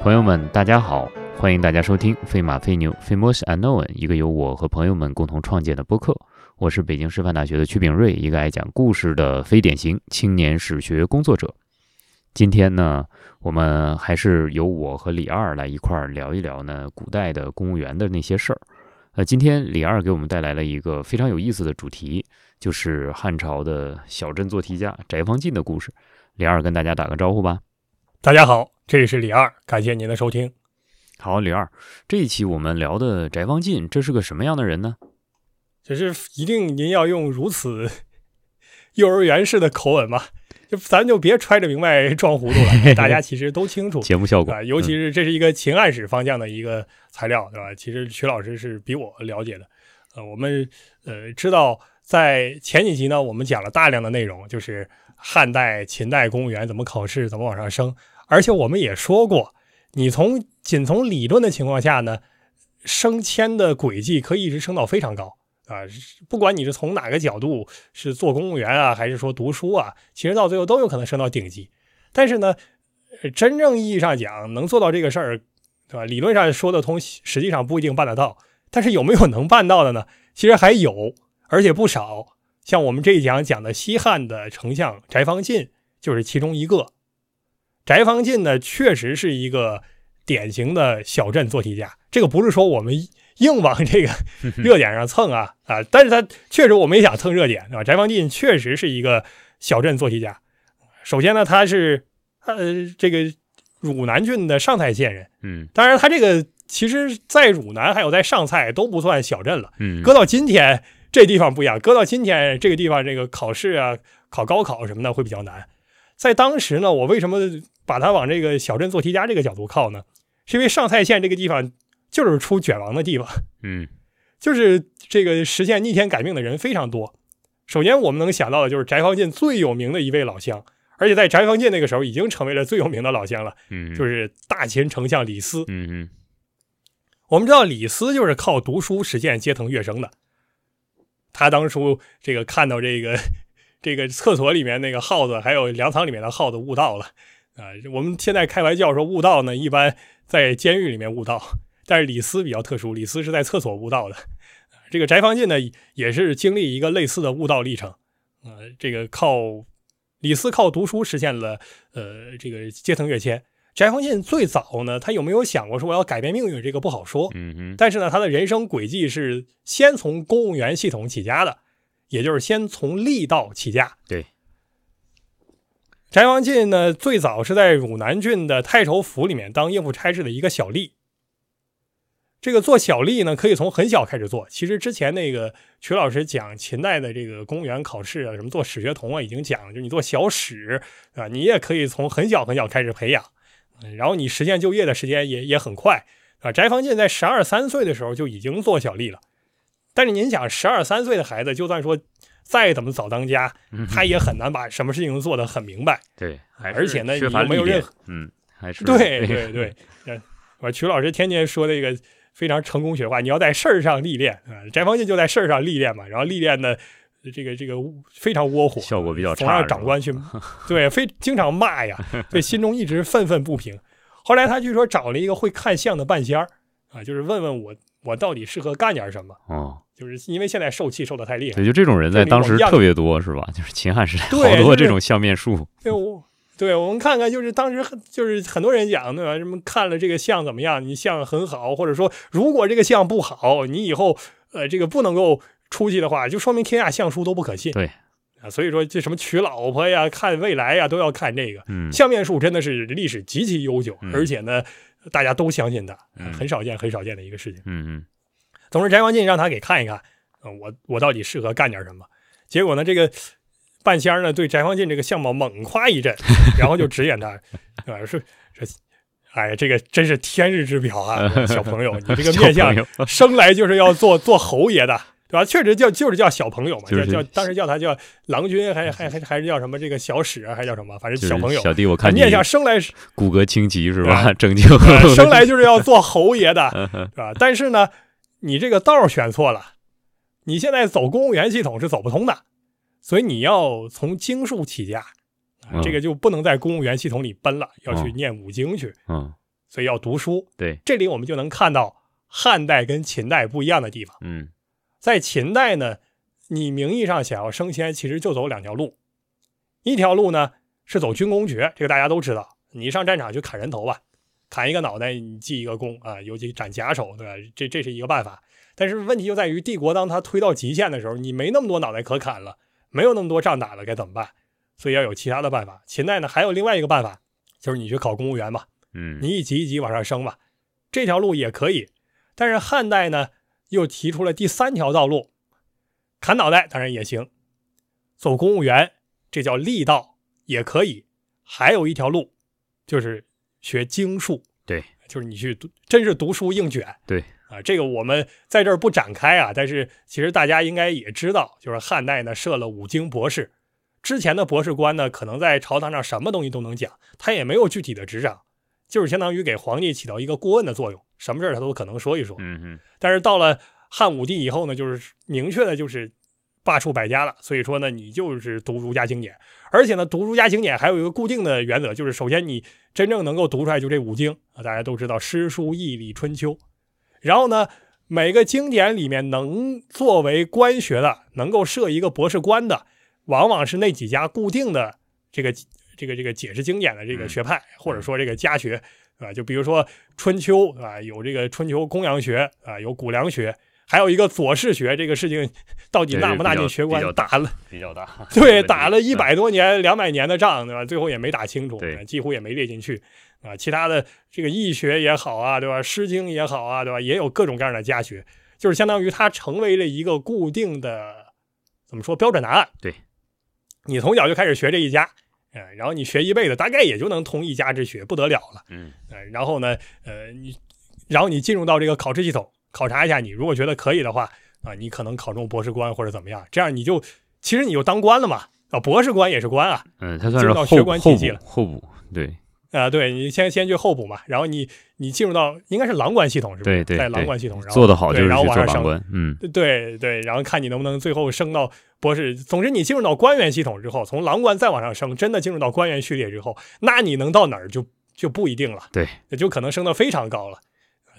朋友们，大家好，欢迎大家收听《费马费牛费 a 是 unknown》，一个由我和朋友们共同创建的播客。我是北京师范大学的曲炳瑞，一个爱讲故事的非典型青年史学工作者。今天呢，我们还是由我和李二来一块儿聊一聊呢古代的公务员的那些事儿。呃，今天李二给我们带来了一个非常有意思的主题，就是汉朝的小镇做题家翟方进的故事。李二跟大家打个招呼吧。大家好，这里是李二，感谢您的收听。好，李二，这一期我们聊的翟方进，这是个什么样的人呢？只是一定您要用如此 幼儿园式的口吻嘛，就咱就别揣着明白装糊涂 了，大家其实都清楚节目效果嗯啊、尤其是这是一个秦汉史方向的一个材料，对吧？其实曲老师是比我了解的，呃，我们呃知道在前几集呢，我们讲了大量的内容，就是汉代、秦代公务员怎么考试，怎么往上升，而且我们也说过，你从仅从理论的情况下呢，升迁的轨迹可以一直升到非常高。啊，是不管你是从哪个角度，是做公务员啊，还是说读书啊，其实到最后都有可能升到顶级。但是呢，呃真正意义上讲，能做到这个事儿，对吧？理论上说得通，实际上不一定办得到。但是有没有能办到的呢？其实还有，而且不少。像我们这一讲讲的西汉的丞相翟方进，就是其中一个。翟方进呢，确实是一个典型的小镇做题家。这个不是说我们硬往这个热点上蹭啊啊！但是他确实我们也想蹭热点，对吧？翟方进确实是一个小镇做题家。首先呢，他是呃这个汝南郡的上蔡县人，嗯当然他这个其实在汝南还有在上蔡都不算小镇了。嗯，搁到今天这地方不一样，搁到今天这个地方，这个考试啊、考高考什么的会比较难。在当时呢，我为什么把它往这个小镇做题家这个角度靠呢？是因为上蔡县这个地方就是出卷王的地方，嗯就是这个实现逆天改命的人非常多。首先，我们能想到的就是翟方进最有名的一位老乡，而且在翟方进那个时候已经成为了最有名的老乡了，嗯，就是是大秦丞相李斯。嗯嗯我们知道李斯就是靠读书实现阶层跃升的。他当初这个看到这个 这个厕所里面那个耗子，还有粮仓里面的耗子悟道了啊、我们现在开玩笑说悟道呢，一般在监狱里面悟道，但是李斯比较特殊，李斯是在厕所悟道的。啊这个翟方进呢，也是经历一个类似的悟道历程。呃，这个靠李斯靠读书实现了呃这个阶层跃迁。翟方进最早呢，他有没有想过说我要改变命运？这个不好说。嗯嗯但是呢，他的人生轨迹是先从公务员系统起家的，也就是先从吏道起家。对，翟方进呢，最早是在汝南郡的太守府里面当应付差事的一个小吏。这个做小吏呢，可以从很小开始做。其实之前那个曲老师讲秦代的这个公务员考试啊，什么做史学童啊，已经讲了，就你做小史啊，你也可以从很小很小开始培养，嗯然后你实现就业的时间也也很快。啊，翟方进在十二三岁的时候就已经做小吏了。但是您想，十二三岁的孩子，就算说再怎么早当家，嗯，他也很难把什么事情做得很明白。对，还而是且呢缺你乏又没有历练任嗯，还是对对对，呃我曲老师天天说那个非常成功学话，你要在事儿上历练啊。翟方进就在事儿上历练嘛，然后历练的这个这个非常窝火，效果比较总差，让长官去， 对，非经常骂呀，所以心中一直愤愤不平。后来他据说找了一个会看相的半仙儿啊，就是问问我我到底适合干点什么。是吧哦，就是因为现在受气受的太厉害对，，就这种人在证明当我时一样特别多，是吧？就是秦汉时代对好多就这是种相面术，对我。对我们看看，就是当时很就是很多人讲对吧？什么看了这个相怎么样？你相很好，或者说如果这个相不好，你以后呃这个不能够出去的话，就说明天下相书都不可信。对啊，所以说这什么娶老婆呀、看未来呀，都要看这个嗯相面术，真的是历史极其悠久，嗯而且呢大家都相信它，嗯很少见很少见的一个事情。嗯总之，翟方进让他给看一看，呃、我我到底适合干点什么。结果呢，这个半仙儿呢对翟方进这个相貌猛夸一 阵，然后就指引他，对吧？说说，哎呀，这个真是天日之表啊，小朋友，你 嗯，这个小面相朋友生来就是要做做侯爷的，对吧？确实叫就是叫小朋友嘛，就是叫叫当时叫他叫郎君，还还还还是叫什么这个小史啊，还叫什么，反就正是小朋友。小弟，我看你面相生来 骨骼清奇是吧？啊拯救呃生来就是要做侯爷的，嗯嗯是吧？但是呢，你这个道儿选错了，你现在走公务员系统是走不通的，所以你要从经术起家，啊嗯这个就不能在公务员系统里奔了，要去嗯念五经去。嗯所以要读书。对，这里我们就能看到汉代跟秦代不一样的地方。嗯在秦代呢，你名义上想要升迁，其实就走两条路，一条路呢是走军功爵，这个大家都知道，你上战场去砍人头吧，砍一个脑袋你记一个功啊，尤其斩甲首，对吧？这这是一个办法。但是问题就在于，帝国当它推到极限的时候，你没那么多脑袋可砍了，没有那么多仗打了，该怎么办？所以要有其他的办法。秦代呢还有另外一个办法，就是你去考公务员吧。嗯，你一级一级往上升吧，这条路也可以。但是汉代呢，又提出了第三条道路，砍脑袋当然也行，走公务员这叫力道也可以。还有一条路，就是学经术，对，就是你去读，真是读书硬卷，对。啊，这个我们在这儿不展开啊，但是其实大家应该也知道，就是汉代呢设了五经博士，之前的博士官呢，可能在朝堂上什么东西都能讲，他也没有具体的执掌，就是相当于给皇帝起到一个顾问的作用，什么事儿他都可能说一说。嗯哼，但是到了汉武帝以后呢，就是明确的就是罢黜百家了。所以说呢，你就是读儒家经典，而且呢，读儒家经典还有一个固定的原则，就是首先你真正能够读出来就这五经啊，大家都知道《诗》《书》《易》《礼》《春秋》，然后呢。每个经典里面能作为官学的，能够设一个博士官的，往往是那几家固定的这个这个这个解释经典的嗯这个学派，或者说这个家学，啊，就比如说春秋啊，有这个春秋公羊学啊，有谷梁学，还有一个左氏学，这个事情 到底对纳这不比纳较进学比较官，大打了比较大，对，打了一百多年、两百年的仗，对吧？最后也没打清楚，嗯对几乎也没列进去啊。其他的这个易学也好啊，对吧？诗经也好啊，对吧？也有各种各样的家学，就是相当于它成为了一个固定的怎么说标准答案。对，你从小就开始学这一家，嗯、然后你学一辈子，大概也就能通一家之学，不得了了。嗯呃，然后呢，呃，你，然后你进入到这个考试系统，考察一下你，如果觉得可以的话，啊、你可能考中博士官或者怎么样，这样你就其实你就当官了嘛，啊，博士官也是官啊，嗯，它算是进后入到学官后体系补了后补，对啊、对你先先去候补嘛，然后你你进入到应该是郎官系统是吧？对对在郎对官系统，然后做得好就是对去然后往做上郎升官，嗯对对，然后看你能不能最后升到博士。总之，你进入到官员系统之后，从郎官再往上升，真的进入到官员序列之后，那你能到哪儿就就不一定了。对，就可能升到非常高了。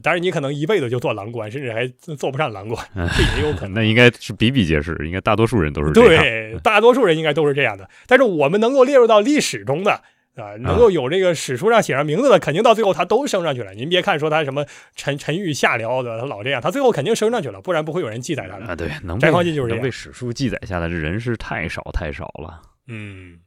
当然，你可能一辈子就做郎官，甚至还做不上郎官，这也 有可能。那应该是比比皆是，应该大多数人嗯都是这样，对，大多数人应该都是这样的。但是我们能够列入到历史中的。啊，能够有这个史书上写上名字的，肯定到最后他都升上去了。您别看说他什么陈陈玉下僚的，他老这样，他最后肯定升上去了，不然不会有人记载他的。啊，对，能翟被方进就是这能样被史书记载下来的人是太少太少了，嗯，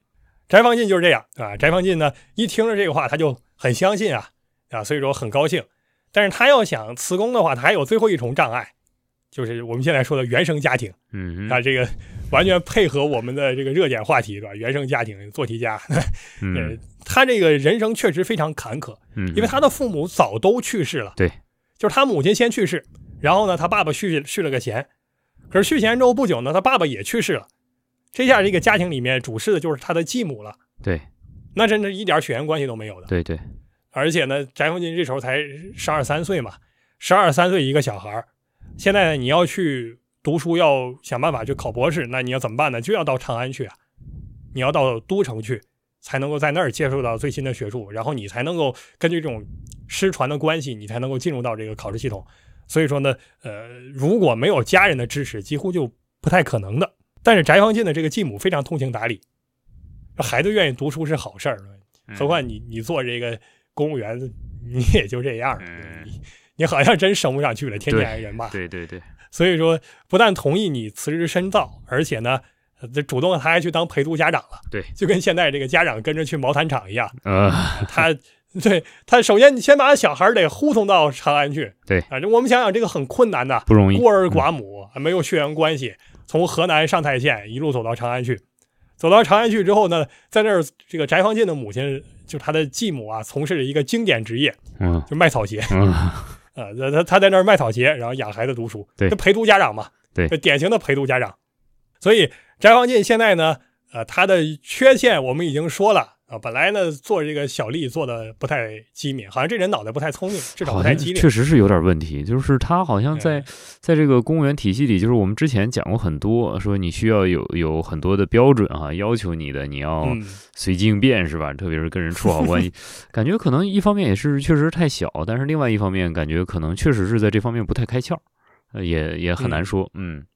翟方进就是这样啊。翟方进呢，一听着这个话，他就很相信啊啊，所以说很高兴。但是他要想辞工的话，他还有最后一重障碍，就是我们现在说的原生家庭嗯啊，哼这个完全配合我们的这个热点话题，对吧？原生家庭、做题家，呃嗯， 他这个人生确实非常坎坷，嗯，因为他的父母早都去世了，对，就是他母亲先去世，然后呢，他爸爸续续了个弦，可是续弦之后不久呢，他爸爸也去世了，这下这个家庭里面主事的就是他的继母了，对那真是一点血缘关系都没有的。对对，而且呢，翟凤进这时候才十二三岁嘛，十二三岁一个小孩儿，现在呢你要去读书，要想办法去考博士，那你要怎么办呢？就要到长安去啊，你要到都城去，才能够在那儿接触到最新的学术，然后你才能够根据这种失传的关系，你才能够进入到这个考试系统。所以说呢，呃，如果没有家人的支持，几乎就不太可能的。但是翟方进的这个继母非常通情达理，孩子愿意读书是好事儿，嗯何况你你做这个公务员，你也就这样，嗯你你好像真升不上去了，天天挨人骂。对对对，所以说，不但同意你辞职深造，而且呢，呃这主动他还去当陪读家长了。对就跟现在这个家长跟着去毛毯厂 一样，呃，他对他首先你先把小孩得糊弄到长安去。对啊，这我们想想这个很困难的，不容易孤，儿寡母，还没有血缘关系，从河南上蔡县一路走到长安去。走到长安去之后呢，在那儿这个翟方进的母亲，就他的继母啊，从事着一个经典职业，嗯 就卖草鞋。嗯，啊，他他他在那儿卖草鞋，然后养孩子读书，对就陪读家长嘛，对就典型的陪读家长。所以翟方进现在呢，呃，他的缺陷我们已经说了，啊，本来呢做这个小丽做的不太机敏，好像这人脑袋不太聪明，至少好不太像机灵。确实是有点问题，就是他好像在、嗯在这个公务员体系里，就是我们之前讲过很多，说你需要有有很多的标准啊，要求你的，你要嗯，随机应变是吧？特别是跟人处好 关系，感觉可能一方面也是确实太小，但是另外一方面感觉可能确实是在这方面不太开窍，呃也也很难嗯说，嗯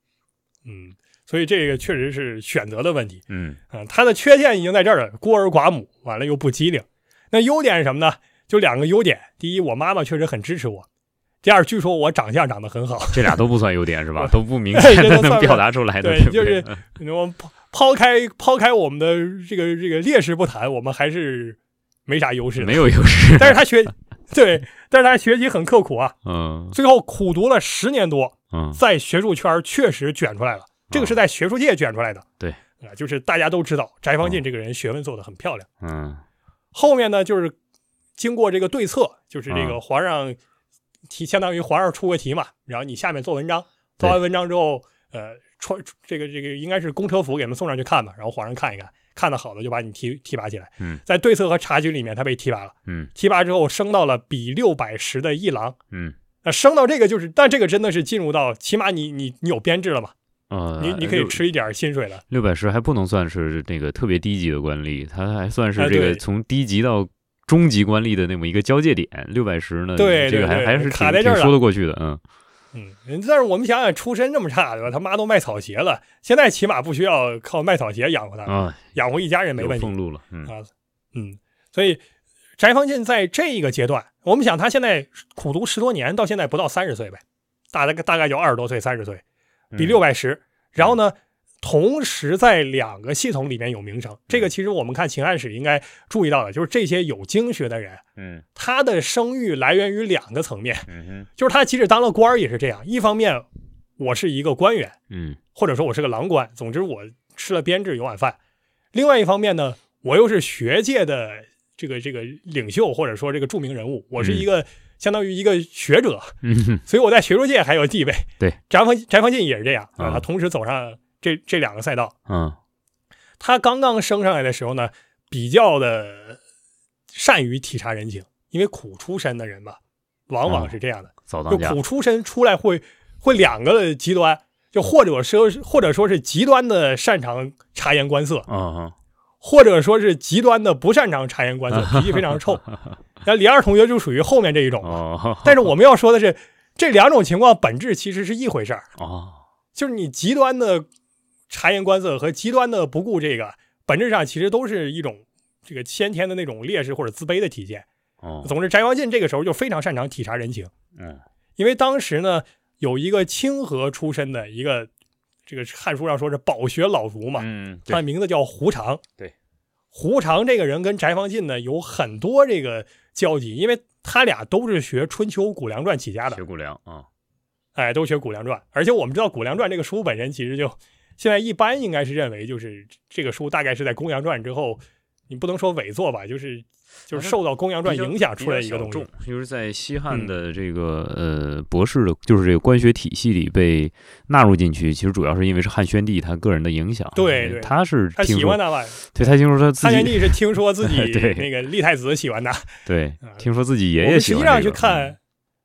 嗯，所以这个确实是选择的问题嗯啊、他的缺陷已经在这儿了，孤儿寡母，完了又不机灵。那优点是什么呢？就两个优点：第一，我妈妈确实很支持我；第二，据说我长相长得很好。这俩都不算优点 是吧？都不明这显的都能算不表了达出来的，对不就哎对嗯是？我们抛抛开抛开我们的这个这个劣势不谈，我们还是没啥优势的。没有优势，但是他学对，但是他学习很刻苦啊，嗯最后苦读了十年多，嗯在学术圈确实卷出来了。这个是在学术界卷出来的。啊对啊啊、就是大家都知道翟方进这个人学问做得很漂亮。 嗯后面呢，就是经过这个对策，就是这啊个皇上题，相当于皇上出个题嘛，然后你下面做文章，对做完文章之后，呃，穿这个这个应该是公车服给他们送上去看吧，然后皇上看一看，看的好的就把你提提拔起来。嗯在对策和察举里面，他被提拔了，嗯提拔之后升到了比六百十的一郎。嗯那升到这个就是，但这个真的是进入到，起码你你你有编制了嘛，呃，你你可以六吃一点薪水了。六百十还不能算是那个特别低级的官吏，它还算是哎这个对从低级到中级官吏的那么一个交界点。六百十呢，对这个对还对还是挺卡在这儿挺了说得过去的，嗯嗯，但是我们想想，出身这么差，对吧？他妈都卖草鞋了，现在起码不需要靠卖草鞋养活他，啊，养活一家人没有问俸题。禄了，嗯啊嗯，所以翟方进在这个阶段，我们想他现在苦读十多年，到现在不到三十岁呗，大概大概就二十多岁、三十岁，比嗯六百十。然后呢，同时在两个系统里面有名声，这个嗯其实我们看秦汉史应该注意到的，就是这些有经学的人，嗯他的声誉来源于两个层面，嗯哼就是他即使当了官儿也是这样。一方面，我是一个官员，嗯或者说我是个郎官，总之我吃了编制有碗饭。另外一方面呢，我又是学界的这个这个领袖，或者说这个著名人物，我是一个、相当于一个学者，嗯哼所以我在学术界还有地位。对，翟方翟方进也是这样啊啊，他同时走上这这两个赛道。嗯他刚刚升上来的时候呢，比较的善于体察人情，因为苦出身的人嘛，往往是这样的。早就当家苦出身出来会会两个极端，就或者说或者说是极端的擅长察言观色，啊或者说是极端的不擅长察言观色，脾气非常臭。那李二同学就属于后面这一种。哦但是我们要说的是，这两种情况本质其实是一回事儿，哦就是你极端的察言观色和极端的不顾这个，本质上其实都是一种这个先天的那种劣势或者自卑的体现。哦总之，翟方进这个时候就非常擅长体察人情。嗯因为当时呢，有一个清河出身的一个，这个汉书上说是饱学老儒嘛，嗯他的名字叫胡常。对，胡常这个人跟翟方进呢有很多这个交集，因为他俩都是学《春秋谷梁传》起家的学，谷梁啊哎，都学《谷梁传》，而且我们知道《谷梁传》这个书本身其实就现在一般应该是认为就是这个书大概是在《公羊传》之后，你不能说伪作吧，就是就是受到《公羊传》影响出来一个东西。，就是在西汉嗯的这个呃博士的，就是这个官学体系里被纳入进去，其实主要是因为是汉宣帝他个人的影响，对呃对他是他听喜说欢那玩意儿，对他听说他自汉己献帝是听说自己 对那个立太子喜欢他，对啊，听说自己我爷爷们喜实际欢、这个。嗯上去看，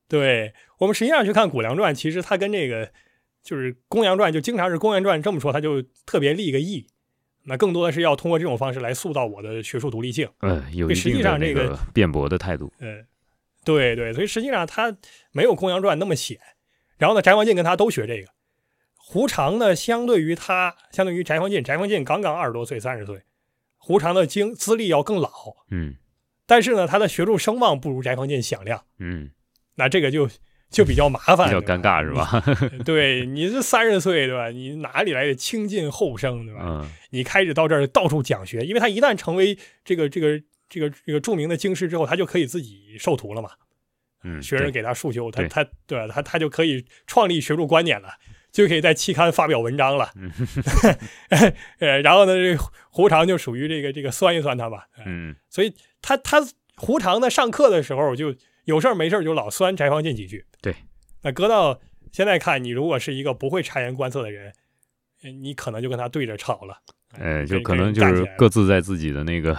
对我们实际上去看《谷梁传》，其实它跟这个就是《公羊传》，就经常是《公羊传》这么说，它就特别立个意。那更多的是要通过这种方式来塑造我的学术独立性。嗯，呃，有一对实际定的上那这个个辩驳的态度。呃，对对，所以实际上它没有《公羊传》那么显。然后呢，翟方进跟他都学这个。胡常呢，相对于他，相对于翟方进，翟方进刚刚二十多岁、三十岁，胡常的经资历要更老，嗯但是呢，他的学术声望不如翟方进响亮。嗯，那这个就就比较麻烦，比较 对尴吧尬是？吧？你对，你是三十岁对吧？你哪里来的清进后生对吧？嗯你开始到这儿到处讲学，因为他一旦成为这个这个这个这个著名的经师之后，他就可以自己授徒了嘛，嗯，学生对给他束修，他对他对吧？他他就可以创立学术观点了。就可以在期刊发表文章了，嗯 呃，然后呢，这胡胡常就属于这个这个酸一酸他吧，呃嗯所以他他胡常呢上课的时候就有事儿没事儿就老酸翟方进几句。对，那搁到现在看，你如果是一个不会察言观色的人，呃你可能就跟他对着吵了。呃，哎就跟可跟能人就干是起来各自在自己的那个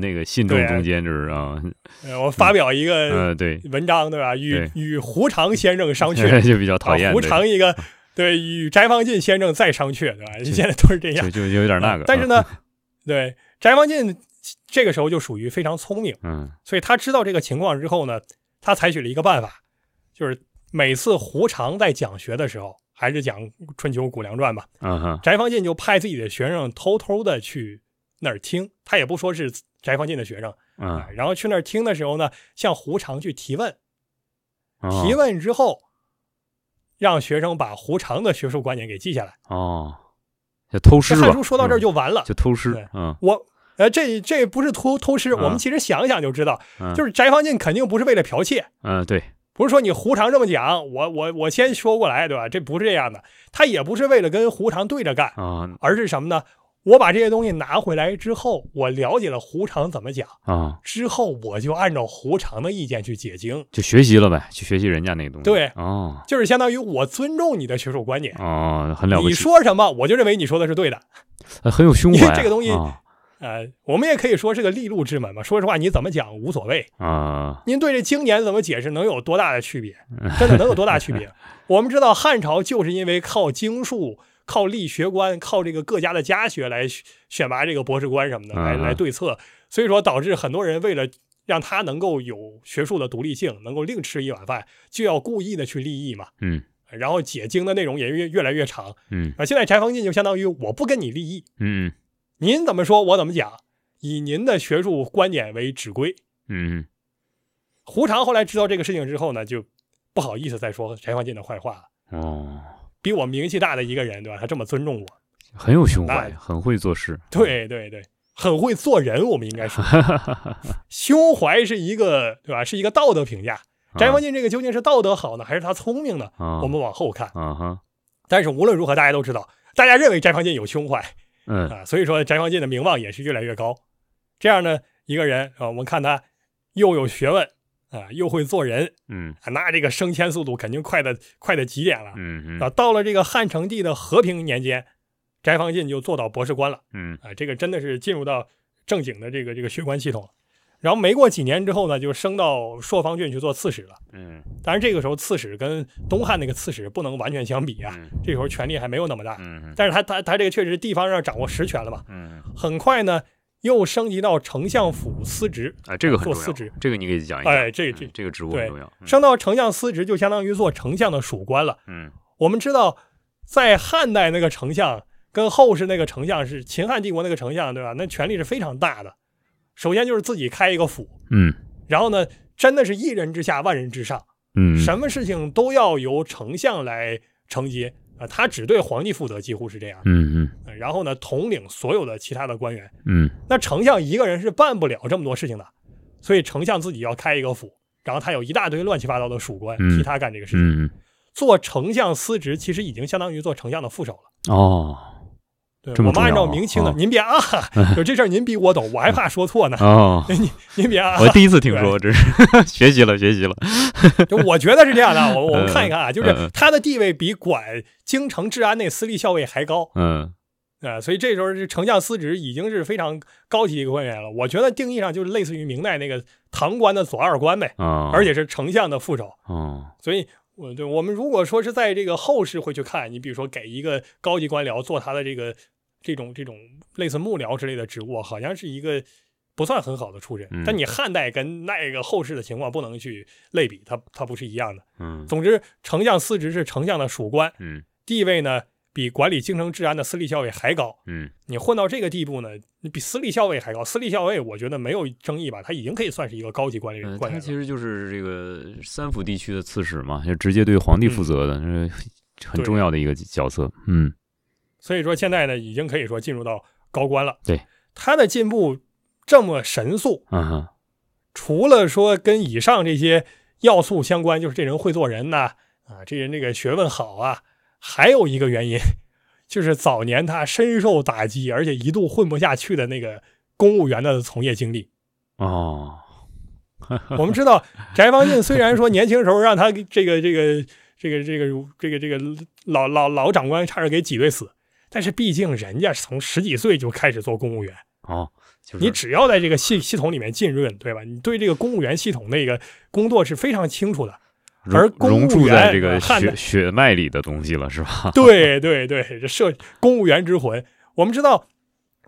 那个信众对啊中间，就是啊，呃我发表一个呃，对，文章，对吧？与对与胡常先生商 榷，就比较讨厌啊，胡对常一个对与翟方进先生再商榷，对吧？现在都是这样就，就就有点那个。但是啊，呢，对翟方进这个时候就属于非常聪明，嗯所以他知道这个情况之后呢，他采取了一个办法，就是每次胡常在讲学的时候，还是讲《春秋谷梁传》吧，嗯哼，翟方进就派自己的学生偷偷的去那儿听，他也不说是翟方进的学生，嗯啊，然后去那儿听的时候呢，向胡常去提问，哦提问之后，让学生把胡常的学术观点给记下来。哦，就偷这师吧。汉书说到这儿就完了嗯。就偷师对，嗯我呃，这这不是偷偷师，啊我们其实想想就知道，嗯，就是翟方进肯定不是为了剽窃，嗯对，不是说你胡常这么讲，我我我先说过来，对吧？这不是这样的，他也不是为了跟胡常对着干，啊而是什么呢？我把这些东西拿回来之后，我了解了胡常怎么讲，啊，之后我就按照胡常的意见去解经，就学习了呗，去学习人家那个东西。对哦就是相当于我尊重你的学术观点，哦，很了不你起，说什么我就认为你说的是对的。呃很有胸怀因为啊。这个东西啊呃，我们也可以说是个利禄之门嘛。说实话，你怎么讲无所谓，啊，您对这经年怎么解释能有多大的区别？ 真的能有多大 区别？我们知道汉朝就是因为靠经术、靠力学官、靠这个各家的家学来选选拔这个博士官什么的，来嗯嗯来对策，所以说导致很多人为了。让他能够有学术的独立性，能够另吃一碗饭，就要故意的去立意嘛。嗯然后解经的内容也越越来越长嗯啊。现在柴方进就相当于我不跟你立意，嗯您怎么说我怎么讲，以您的学术观点为指归。嗯嗯，胡常后来知道这个事情之后呢，就不好意思再说翟方进的坏话了。嗯哦，比我名气大的一个人，对吧？他这么尊重我，很有胸怀，那很会做事。对对对，很会做人，我们应该说，胸怀是一个，对吧？是一个道德评价。嗯翟方进这个究竟是道德好呢，还是他聪明呢？啊，我们往后看。啊哈，但是无论如何，大家都知道，大家认为翟方进有胸怀嗯啊，所以说翟方进的名望也是越来越高。这样呢，一个人啊，我们看他又有学问啊，又会做人嗯啊，那这个升迁速度肯定快的快的极点了。嗯啊，嗯到了这个汉成帝的和平年间，翟方进就做到博士官了嗯啊，这个真的是进入到正经的这个这个学官系统了。然后没过几年之后呢，就升到朔方郡去做刺史了。嗯当然，这个时候刺史跟东汉那个刺史不能完全相比啊，嗯这时候权力还没有那么大。嗯但是他他他这个确实地方上掌握实权了嘛。嗯很快呢，又升级到丞相府司职，啊，这个很做重司要职，这个你可以讲一讲。哎这嗯这这个职务很对重要。嗯升到丞相司职就相当于做丞相的属官了。嗯我们知道，在汉代那个丞相跟后世那个丞相是秦汉帝国那个丞相，对吧？那权力是非常大的。首先就是自己开一个府，嗯然后呢，真的是一人之下，万人之上，嗯，什么事情都要由丞相来承接啊、他只对皇帝负责，几乎是这样。嗯嗯呃然后呢，统领所有的其他的官员。嗯那丞相一个人是办不了这么多事情的，所以丞相自己要开一个府，然后他有一大堆乱七八糟的属官嗯替他干这个事情。嗯做丞相司职其实已经相当于做丞相的副手了。哦对，这么我们按重要照啊明清的，啊您别 啊，有这事儿您比我懂，我还怕说错呢。 哦，您别啊，我第一次听说，这是 学习了学习了。就我觉得是这样的， 我我们看一看啊，就嗯是嗯他的地位比管京城治安那私立校尉还高嗯啊、呃所以这时候这丞相司职已经是非常高级一个官员了。我觉得定义上就是类似于明代那个堂官的左二官呗，啊，而且是丞相的副手。哦所以，我对我们如果说是在这个后世会去看，你比如说给一个高级官僚做他的这个这种这种类似幕僚之类的职务，好像是一个不算很好的处置。嗯但你汉代跟那个后世的情况不能去类比，它它不是一样的。嗯总之，丞相司职是丞相的属官，嗯地位呢比管理京城治安的私立校尉还高。嗯你混到这个地步呢，你比私立校尉还高。私立校尉我觉得没有争议吧，他已经可以算是一个高级官呃僚官他员其了。实就是这个三府地区的刺史嘛，就直接对皇帝嗯负责的，那是很重要的一个角色。嗯所以说现在呢，已经可以说进入到高官了。对，他的进步这么神速，啊哈除了说跟以上这些要素相关，就是这人会做人呐、啊，这人这个学问好啊，还有一个原因，就是早年他深受打击，而且一度混不下去的那个公务员的从业经历。哦 我们知道，翟方进虽然说年轻时候让他这个这个这个这个这个这个老老老长官差点给挤兑死，但是毕竟人家是从十几岁就开始做公务员，哦，就是你只要在这个系系统里面浸润，对吧？你对这个公务员系统那个工作是非常清楚的。融而公务融住在这个员汉血代血脉里的东西了，是吧？ 对对对，这社公务员之魂。我们知道，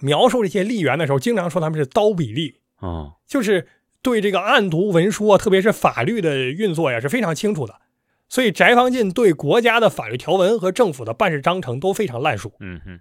描述这些吏员的时候，经常说他们是刀比吏，哦，就是对这个案牍文书啊，特别是法律的运作呀，是非常清楚的。所以翟方进对国家的法律条文和政府的办事章程都非常烂熟，嗯哼，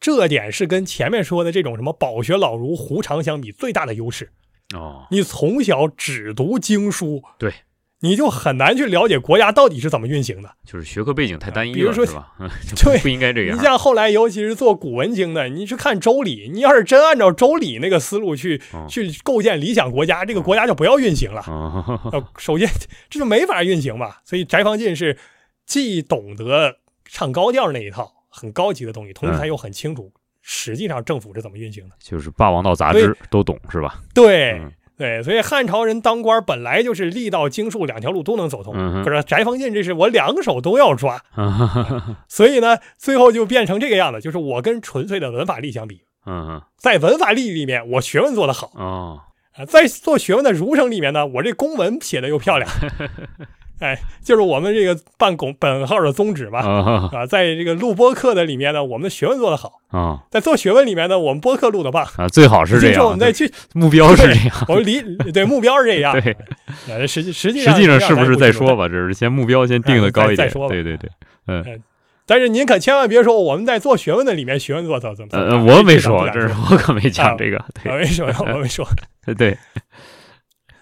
这点是跟前面说的这种什么饱学老儒胡常相比最大的优势。哦，你从小只读经书，对，你就很难去了解国家到底是怎么运行的。就是学科背景太单一比如了，说是 吧？ 对不应该这你样。 像后来，尤其是做古文经的，你去看周礼，你要是真按照周礼那个思路去嗯去构建理想国家，这个国家就不要运行了。哦，呃，首先这就没法运行吧。所以翟方进是既懂得唱高调那一套很高级的东西，同时他又很清楚实际上政府是怎么运行的。就是《霸王道》杂志都懂是吧？对嗯对，所以汉朝人当官本来就是力道、经术两条路都能走通。嗯哼可是翟方进这是我两手都要抓，嗯所以呢，最后就变成这个样子，就是我跟纯粹的文法力相比。嗯，在文法力里面，我学问做得好哦，啊；在做学问的儒生里面呢，我这公文写的又漂亮。 哎，就是我们这个办公本号的宗旨吧。啊 啊，在这个录播课的里面呢，我们的学问做得好；啊在做学问里面呢，我们播客录得棒。啊！最好是这就是我样们，在去，目标是这 样。我们离对目标是这样。对，呃，实际实际实上际上是不是再在说？吧？只是先目标先定的高一哎再点。再说吧嗯对对 对，但是您可千万别说我们在做学问的里面学问做得怎么呃，呃我没说，这这是我可没啊讲这个。我没说，我没说。对对，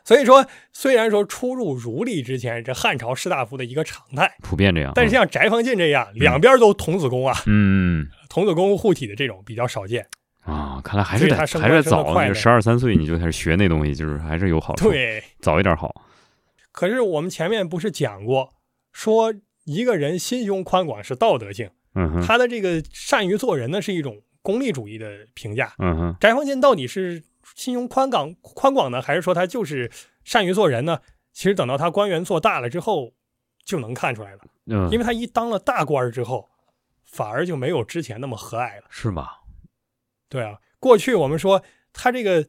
所以说，虽然说初入儒吏之前，这汉朝士大夫的一个常态，普遍这样。但是像翟方进这样，两边都童子功啊，嗯童子功护体的这种比较少见。啊，看来还所是以得他升还官是升得早，快你呗十二三岁你就开始学那东西，就是还是有好处。，对，早一点好。可是我们前面不是讲过，说一个人心胸宽广是道德性，嗯哼，他的这个善于做人呢是一种功利主义的评价。嗯哼，翟方进到底是心胸宽广宽广呢，还是说他就是善于做人呢？其实等到他官员做大了之后，就能看出来了，嗯，因为他一当了大官儿之后，反而就没有之前那么和蔼了。是吧？对啊，过去我们说他这个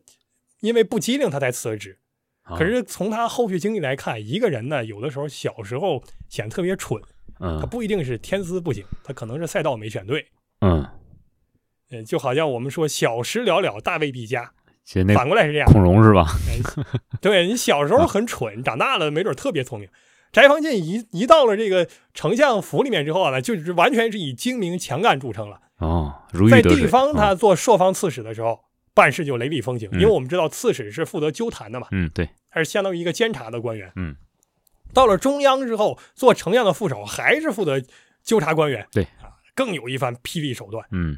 因为不机灵他才辞职，啊可是从他后续经历来看，一个人呢，有的时候小时候显得特别蠢，他嗯不一定是天资不行，他可能是赛道没选对。嗯，呃，就好像我们说小时了了，大未必佳，就那反过来是这样。哎孔融是吧？对你小时候很蠢，长大了没准特别聪明。翟方进一一到了这个丞相府里面之后呢，啊就是完全是以精明强干著称了。哦，如鱼在得水。地方啊他做朔方刺史的时候，办事就雷厉风行，嗯因为我们知道刺史是负责纠弹的嘛，嗯，对，他是相当于一个监察的官员。嗯，到了中央之后，做丞相的副手还是负责纠察官员。对啊，更有一番霹雳手段。嗯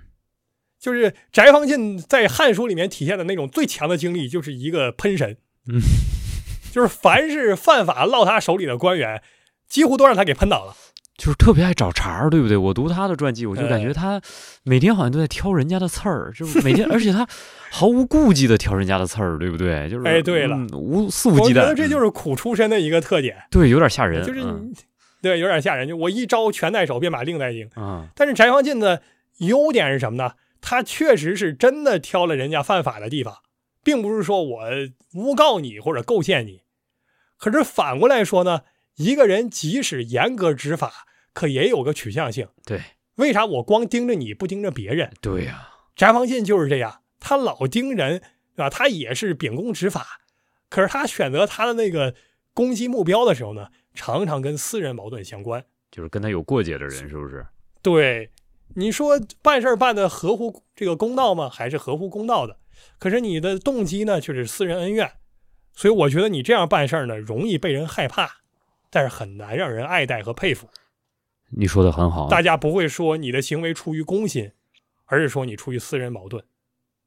就是翟方进在《汉书》里面体现的那种最强的经历，就是一个喷神。嗯， 就是凡是犯法落他手里的官员，几乎都让他给喷倒了。就是特别爱找茬儿，对不对？我读他的传记，我就感觉他每天好像都在挑人家的刺儿，就是每天， 而且他毫无顾忌的挑人家的刺儿，对不对？就是哎对了嗯无肆无我忌惮，觉得这就是是苦出身的一个特点，对，有点吓人，就是嗯你对有点吓人。就我一招拳在手，便把令在行。嗯但是翟方进的优点是什么呢？他确实是真的挑了人家犯法的地方，并不是说我诬告你或者构陷你。可是反过来说呢，一个人即使严格执法，可也有个取向性。对为啥我光盯着你不盯着别人？对呀、翟方进就是这样，他老盯人，对吧？他也是秉公执法，可是他选择他的那个攻击目标的时候呢，常常跟私人矛盾相关。就是跟他有过节的人是不是？对，你说办事儿办的合乎这个公道吗？还是合乎公道的？可是你的动机呢，却是私人恩怨，所以我觉得你这样办事儿呢，容易被人害怕，但是很难让人爱戴和佩服。你说的很好，大家不会说你的行为出于公心，而是说你出于私人矛盾。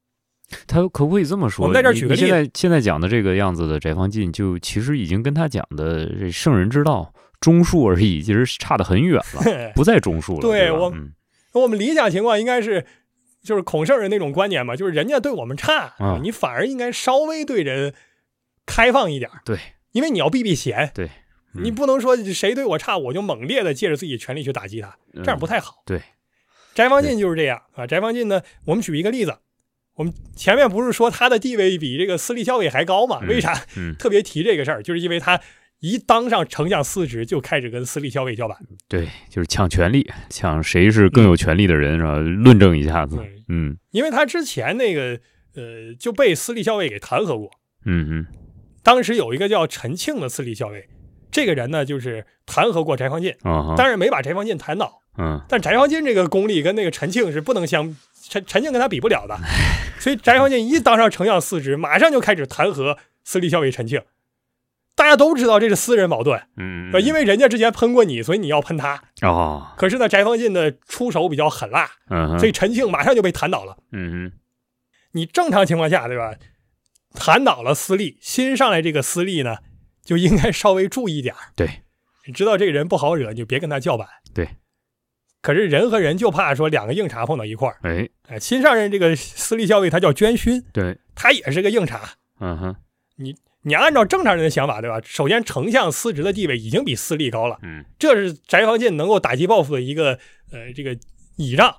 他可不可以这么说？我们在这儿你举个你现例在现在讲的这个样子的翟方进，就其实已经跟他讲的这圣人之道中述而已，其实差得很远 了，不在中述了。对吧我嗯我们理想情况应该是，就是孔圣人那种观念嘛，就是人家对我们差，嗯你反而应该稍微对人开放一点儿，对，因为你要避避嫌，对嗯你不能说谁对我差，我就猛烈的借着自己权力去打击他，这样不太好。嗯对，翟方进就是这样啊。翟方进呢，我们举一个例子，我们前面不是说他的地位比这个私立校尉还高嘛？嗯为啥嗯，特别提这个事儿？就是因为他一当上丞相司职，就开始跟私立校尉叫板。对，就是抢权力，抢谁是更有权力的人，然后论证一下子。嗯对嗯因为他之前那个呃就被私立校尉给弹劾过。嗯当时有一个叫陈庆的私立校尉，这个人呢就是弹劾过翟方进，嗯，啊哈，当然没把翟方进弹倒，嗯但翟方进这个功力跟那个陈庆是不能相，陈陈庆跟他比不了的，所以翟方进一当上丞相四职，马上就开始弹劾私立校尉陈庆。大家都知道这是私人矛盾，嗯，呃因为人家之前喷过你，所以你要喷他。哦，可是呢，翟方进的出手比较狠辣，嗯哼，所以陈庆马上就被弹倒了。嗯哼，你正常情况下，对吧？弹倒了私利，新上来这个私利呢，就应该稍微注意点儿对，你知道这个人不好惹，你就别跟他叫板。对。可是人和人就怕说两个硬茬碰到一块儿。哎，哎，新上任这个私立校尉他叫捐勋，对，他也是个硬茬。嗯哼，你按照正常人的想法，对吧？首先，丞相司职的地位已经比私立高了，嗯这是翟方进能够打击报复的一个呃这个倚仗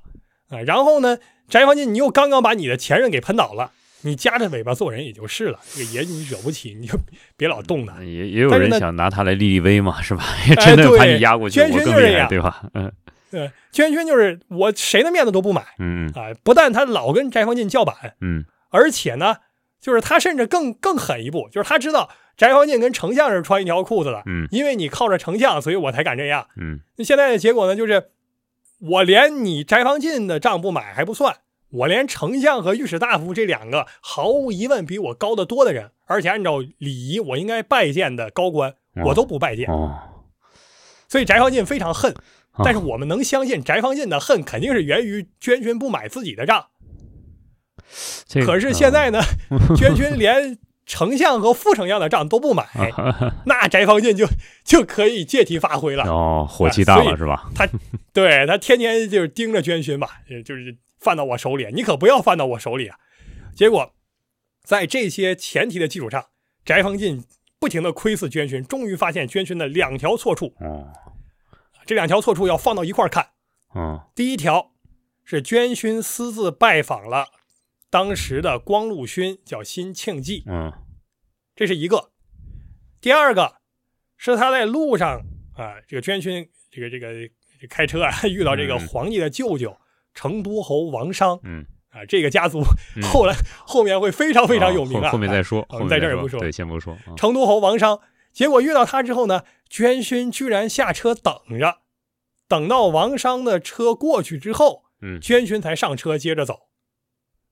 啊、然后呢，翟方进你又刚刚把你的前任给喷倒了，你夹着尾巴做人也就是了，这个爷你惹不起，你就别老动他。嗯也也有但是人呢哎想拿他来立立威嘛，是吧？ 真的把对你压过去，娟我轩更就是厉这害，样对吧？嗯呃，娟轩就是我谁的面子都不买嗯啊、不但他老跟翟方进叫板，嗯而且呢，就是他甚至更更狠一步，就是他知道翟方进跟丞相是穿一条裤子的，嗯因为你靠着丞相，所以我才敢这样。嗯那现在的结果呢，就是我连你翟方进的账不买还不算，我连丞相和御史大夫这两个毫无疑问比我高得多的人，而且按照礼仪我应该拜见的高官，我都不拜见嗯，。哦，所以翟方进非常恨，啊但是我们能相信翟方进的恨肯定是源于娟勋不买自己的账。这个啊可是现 在呢，娟勋连丞相和副丞相的账都不买，啊那翟方进就就可以借题发挥 了。哦，火哎气大所以了是吧？对他天天就是盯着捐勋吧，呃就是犯到我手里，你可不要犯到我手里啊！结果，在这些前提的基础上，翟方进不停的窥伺捐勋，终于发现捐勋的两条错处。哦，这两条错处要放到一块儿看。嗯第一条是捐勋私自拜访了当时的光禄勋，叫辛庆忌，嗯这是一个；第二个是他在路上啊、这个捐勋这个这个这个开车啊， 遇到这个嗯皇帝的舅舅成都侯王商嗯，啊、这个家族嗯后来后面会非常非常有名后啊。后面再啊说，我后们面在再这儿也不说对，先不说。嗯成都侯王商，结果遇到他之后呢，捐勋居然下车等着，等到王商的车过去之后，嗯捐勋才上车接着走。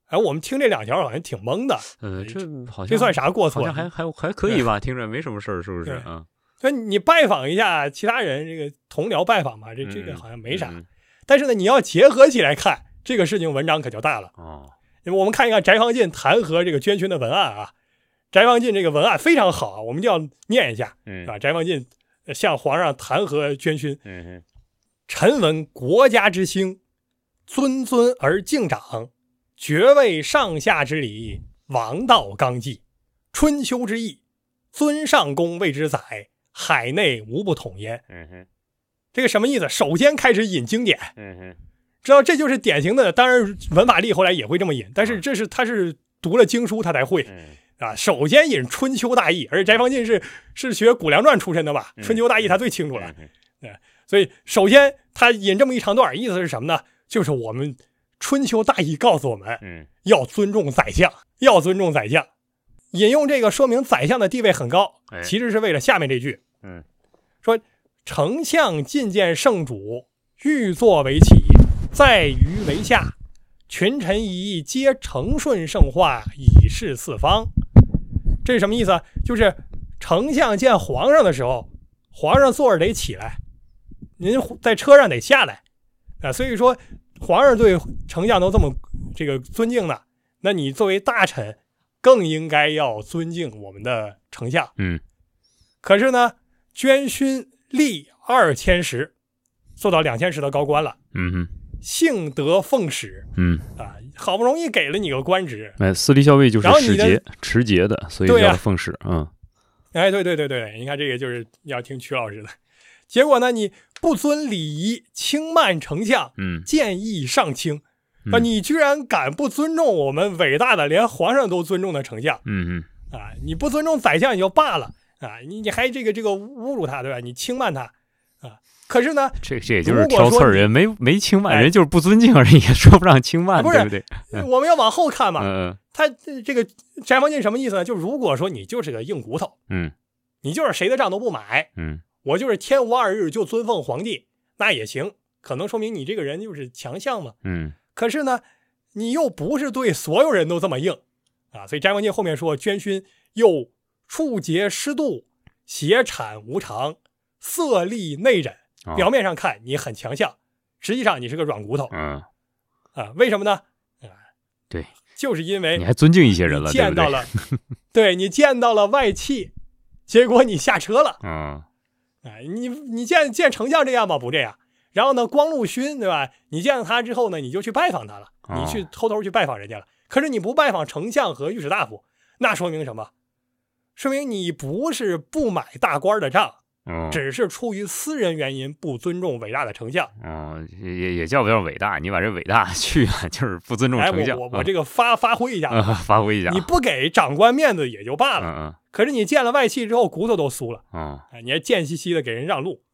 哎，我们听这两条好像挺懵的，呃，这好像这算啥过好错像？还还还可以吧，听着没什么事儿，是不是？对嗯，所以你拜访一下其他人，这个同僚拜访嘛，这这嗯个好像没啥。嗯但是呢，你要结合起来看这个事情，文章可就大了。哦，我们看一看翟方进弹劾这个捐勋的文案啊，翟方进这个文案非常好啊，我们就要念一下嗯啊。翟方进呃向皇上弹劾捐勋，嗯臣闻国家之兴，尊尊而敬长，爵位上下之礼，王道纲纪，春秋之意，尊上公谓之载，海内无不统焉。嗯哼这个什么意思？首先开始引经典，嗯哼知道这就是典型的。当然，文法力后来也会这么引，但啊是这是他是读了经书他才会嗯啊。首先引《春秋大义》，而且翟方进是是学《谷梁传》出身的吧，《春秋大义》他最清楚了。嗯所以首先他引这么一长段，意思是什么呢？就是我们春秋大义告诉我们嗯要尊重宰相，要尊重宰相。引用这个说明宰相的地位很高哎，其实是为了下面这句，嗯，说丞相觐见圣主，欲作为起，在于为下。群臣一议，皆承顺圣化，以示四方。这是什么意思啊？就是丞相见皇上的时候，皇上坐着得起来，您在车上得下来啊。所以说，皇上对丞相都这么这个尊敬的，那你作为大臣，更应该要尊敬我们的丞相。嗯，可是呢，捐勋历二千石，做到两千石的高官了，嗯哼幸得奉使嗯，啊，好不容易给了你个官职，哎，私立校尉就是然后使你的节持节的，所以对叫呀他奉使。嗯哎，对对对对，你看这个就是要听曲老师的。结果呢，你不遵礼仪，轻慢丞相，嗯，建议上卿。啊，嗯你居然敢不尊重我们伟大的，连皇上都尊重的丞相嗯嗯啊！你不尊重宰相也就罢了啊，你你还这个这个侮辱他，对吧？你轻慢他啊！可是呢，这这也就是如果挑刺说儿，你人没没轻慢，哎人就是不尊敬而已， 说不上轻慢，啊不是对不对？嗯我们要往后看嘛。嗯他这这个翟方进什么意思呢？就如果说你就是个硬骨头，嗯你就是谁的账都不买，嗯我就是天无二日就尊奉皇帝，那也行，可能说明你这个人就是强项嘛。嗯可是呢，你又不是对所有人都这么硬啊，所以詹文进后面说，捐勋又触节失度，邪产无常，色厉内荏哦。表面上看你很强项，实际上你是个软骨头嗯，啊。为什么呢？啊，对，就是因为你还尊敬一些人哎你了，对见不到对？了，对你见到了外戚，结果你下车了。嗯哎，你你见见丞相这样吗？不这样。然后呢，光禄勋对吧？你见了他之后呢，你就去拜访他了，你去哦偷偷去拜访人家了。可是你不拜访丞相和御史大夫，那说明什么？说明你不是不买大官的账，嗯只是出于私人原因不尊重伟大的丞相。嗯，也也也叫不叫伟大？你把这伟大 去啊，就是不尊重哎，丞相。我我我嗯这个发发挥一下，啊， 发挥一下。你不给长官面子也就罢了，嗯可是你见了外戚之后骨头都酥了。嗯啊，你还贱兮兮的给人让路，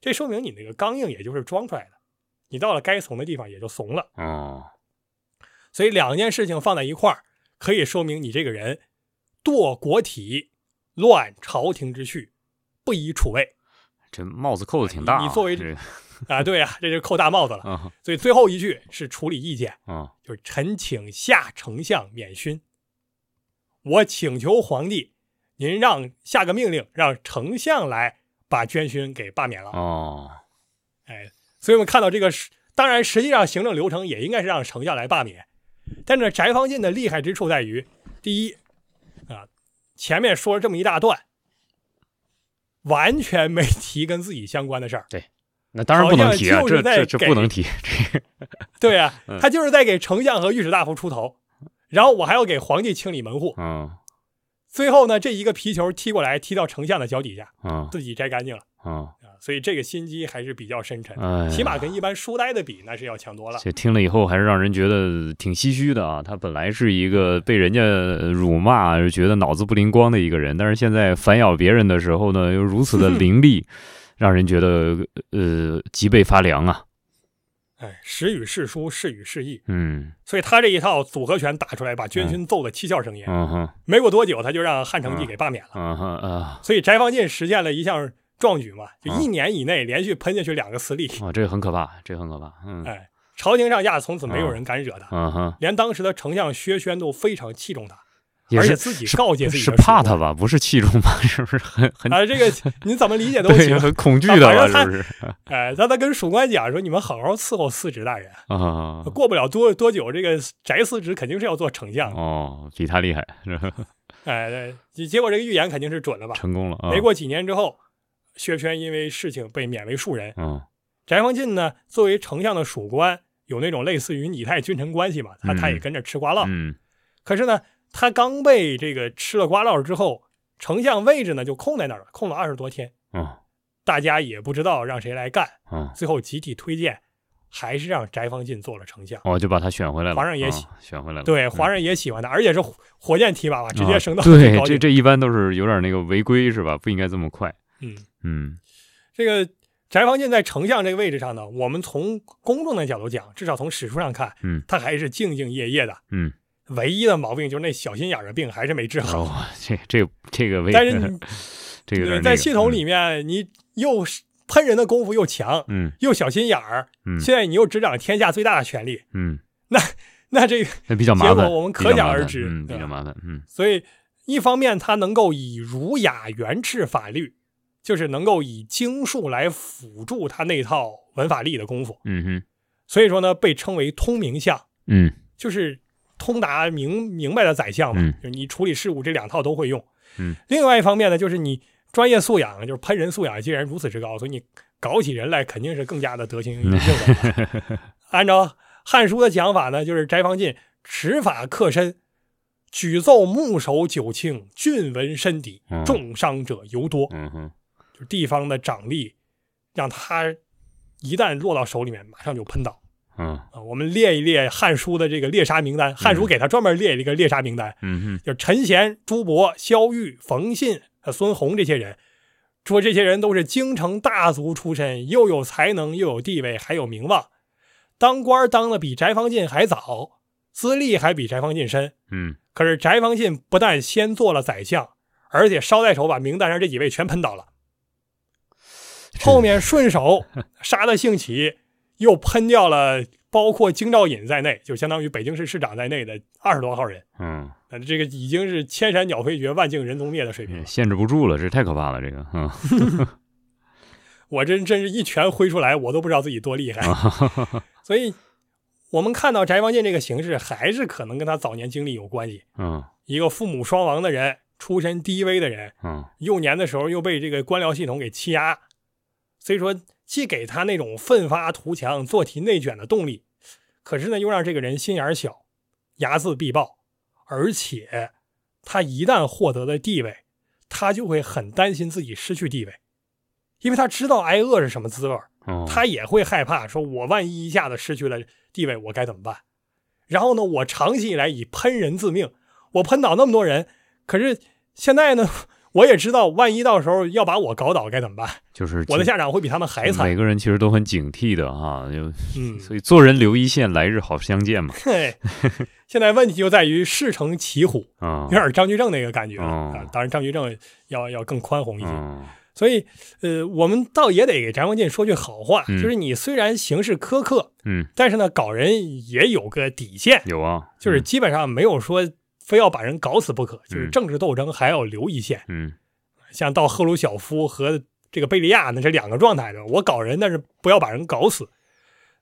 这说明你那个刚硬也就是装出来的，你到了该怂的地方也就怂了。嗯哦，所以两件事情放在一块儿，可以说明你这个人堕国体、乱朝廷之序，不以处位这帽子扣的挺大啊。你你作为这啊！对啊，这就扣大帽子了。嗯所以最后一句是处理意见，嗯就是臣请下丞相免勋。我请求皇帝，您让下个命令，让丞相来把捐勋给罢免了。哦，哎，所以我们看到这个是，当然实际上行政流程也应该是让丞相来罢免，但是翟方进的厉害之处在于，第一，啊，前面说了这么一大段，完全没提跟自己相关的事儿，那当然不能好像提啊，就是这在这这给不能提。这对啊嗯，他就是在给丞相和御史大夫出头，然后我还要给皇帝清理门户，嗯最后呢，这一个皮球踢过来，踢到丞相的脚底下，嗯自己摘干净了嗯，啊，所以这个心机还是比较深沉，哎呀，起码跟一般书呆子比，那是要强多了。这听了以后还是让人觉得挺唏嘘的啊！他本来是一个被人家辱骂，觉得脑子不灵光的一个人，但是现在反咬别人的时候呢，又如此的 凌厉，让人觉得呃脊背发凉啊！哎，时与世书，事与世议，嗯所以他这一套组合拳打出来，把捐勋揍得七窍生烟。嗯哼没过多久，他就让汉成帝给罢免了。嗯哼啊所以翟方进实现了一项壮举嘛，就嗯一年以内连续喷下去两个私立，啊，这很可怕，这很可怕。嗯哎，朝廷上下从此没有人敢惹他，嗯哼，连当时的丞相薛轩都非常器重他，也而且是自己告诫自己是的怕属他吧？不是器重吧？是不是很很官啊，这个 您怎么理解都对行。很恐惧啊的吧？是反正他不是哎，让他跟属官讲说，你们好好伺候司职大人，啊？过不了多多久，这个翟司职肯定是要做丞相的。哦，比他厉害，是 吧哎，对结结果这个预言肯定是准了吧？成功了啊！没过几年之后，薛轩因为事情被免为庶人。嗯翟方进呢，作为丞相的属官，有那种类似于拟态君臣关系嘛，他他也嗯跟着吃瓜落。嗯可是呢，他刚被这个吃了瓜落之后，丞相位置呢就空在那儿了，空了二十多天，嗯大家也不知道让谁来干，嗯。最后集体推荐，还是让翟方进做了丞相。哦，就把他选回来了，皇上也啊喜选回来了，对，嗯皇上也喜欢他，而且是火火箭提拔嘛，直接啊升到 最对高，这级。这一般都是有点那个违规是吧？不应该这么快，嗯，嗯这个翟方进在丞相这个位置上呢，我们从公众的角度讲，至少从史书上看，嗯他还是兢兢业业的。嗯，唯一的毛病就是那小心眼儿的病还是没治 好。哦，这这这个位，但是你 这个有点对那在个系统里，面，你又是喷人的功夫又强，嗯又小心眼儿，嗯现在你又执掌天下最大的权力，嗯，那这个那比较麻结烦，果我们比可较想麻而烦知啊嗯，比对较吧麻烦，嗯所以一方面他能够以儒雅原斥法律，就是能够以经术来辅助他那套文法力的功夫，嗯哼，所以说呢，被称为通明相。嗯就是通达明明白的宰相嘛，嗯就是你处理事务这两套都会用。嗯，另外一方面呢，就是你专业素养，就是喷人素养既然如此之高，所以你搞起人来肯定是更加的得心应手了。 按照《汉书》的讲法呢，就是翟方进持法克身，举奏木首九卿，俊文身底嗯，重伤者尤多。嗯哼，就是地方的长吏，让他一旦落到手里面，马上就喷倒嗯啊、我们列一列《汉书》的这个猎杀名单，《汉书》给他专门列了一个猎杀名单，嗯哼就陈贤、朱博、萧玉、冯信、呃孙弘这些人，说这些人都是京城大族出身，又有才能，又有地位，还有名望，当官当的比翟方进还早，资历还比翟方进深。嗯可是翟方进不但先做了宰相，而且捎带手把名单上这几位全喷倒了。后面顺手杀的兴起，又喷掉了包括京兆尹在内，就相当于北京市市长在内的二十多号人。嗯那这个已经是千山鸟飞绝，万径人踪灭的水平嗯，了。限制不住了，这太可怕了，这个嗯我真真是一拳挥出来，我都不知道自己多厉害。啊所以，我们看到翟方进这个形式，还是可能跟他早年经历有关系。嗯一个父母双亡的人，出身低微的人，嗯幼年的时候又被这个官僚系统给欺压，所以说既给他那种奋发图强、做题内卷的动力，可是呢，又让这个人心眼儿小，睚眦必报，而且他一旦获得了地位，他就会很担心自己失去地位，因为他知道挨饿是什么滋味儿，哦他也会害怕，说我万一一下子失去了地位，我该怎么办？然后呢，我长期以来以喷人自命，我喷倒那么多人，可是现在呢，我也知道，万一到时候要把我搞倒该怎么办？ 就是嗯我的其下场会比他们还惨每。个人其实都很警惕的哈，就嗯，所以做人留一线，来日好相见嘛。嘿，现在问题就在于势成骑虎，啊有，点张居正那个感觉、哦啊。当然，张居正要要更宽宏一些。嗯所以，呃，我们倒也得给翟光进说句好话，嗯就是你虽然行事苛刻，嗯，但是呢，搞人也有个底线。有啊，就是基本上没有说非要把人搞死不可，就是政治斗争还要留一线。嗯像到赫鲁晓夫和这个贝利亚那是两个状态的，我搞人，但是不要把人搞死。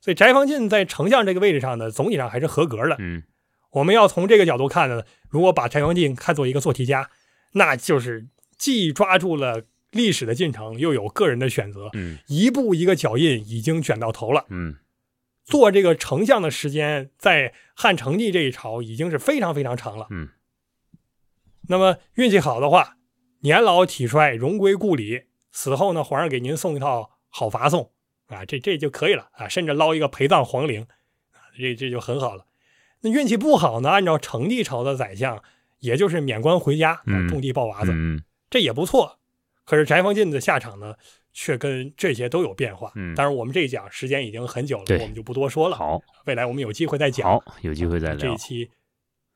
所以翟方进在丞相这个位置上呢，总体上还是合格的。嗯我们要从这个角度看呢，如果把翟方进看作一个做题家，那就是既抓住了历史的进程，又有个人的选择，嗯一步一个脚印，已经卷到头了。嗯做这个丞相的时间，在汉成帝这一朝已经是非常非常长了。嗯，那么运气好的话，年老体衰，荣归故里，死后呢，皇上给您送一套好伐送啊，这这就可以了啊，甚至捞一个陪葬皇陵啊，这这就很好了。那运气不好呢，按照成帝朝的宰相，也就是免官回家，啊嗯，种地抱娃子，嗯这也不错。可是翟方进的下场呢，却跟这些都有变化。嗯当然我们这一讲时间已经很久了，对我们就不多说了。好未来我们有机会再讲。好，有机会再这聊一。期，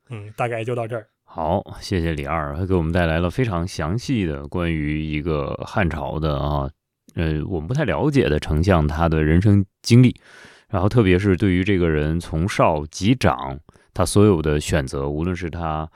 嗯，大概就到这儿。好，谢谢李二，他给我们带来了非常详细的关于一个汉朝的啊，呃，我们不太了解的丞相他的人生经历，然后特别是对于这个人从少及长，他所有的选择，无论是他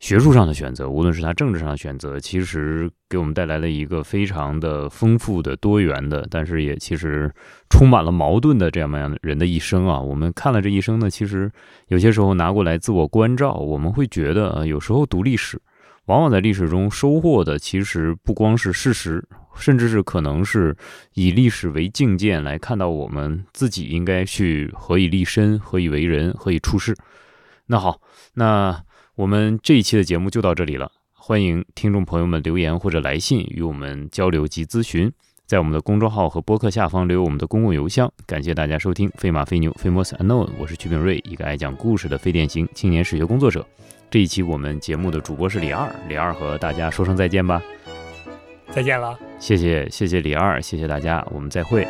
学术上的选择，无论是他政治上的选择，其实给我们带来了一个非常的丰富的、多元的，但是也其实充满了矛盾的这样样的人的一生啊。我们看了这一生呢，其实有些时候拿过来自我关照，我们会觉得，呃有时候读历史，往往在历史中收获的其实不光是事实，甚至是可能是以历史为镜鉴来看到我们自己应该去何以立身、何以为人、何以处世。那好，那我们这一期的节目就到这里了。欢迎听众朋友们留言或者来信与我们交流及咨询，在我们的公众号和播客下方留有我们的公共邮箱。感谢大家收听《飞马飞牛 Famous Unknown》，我是曲炳瑞，一个爱讲故事的非典型青年史学工作者。这一期我们节目的主播是李二，李二和大家说声再见吧。再见了。啊谢谢谢谢李二，谢谢大家，我们再会，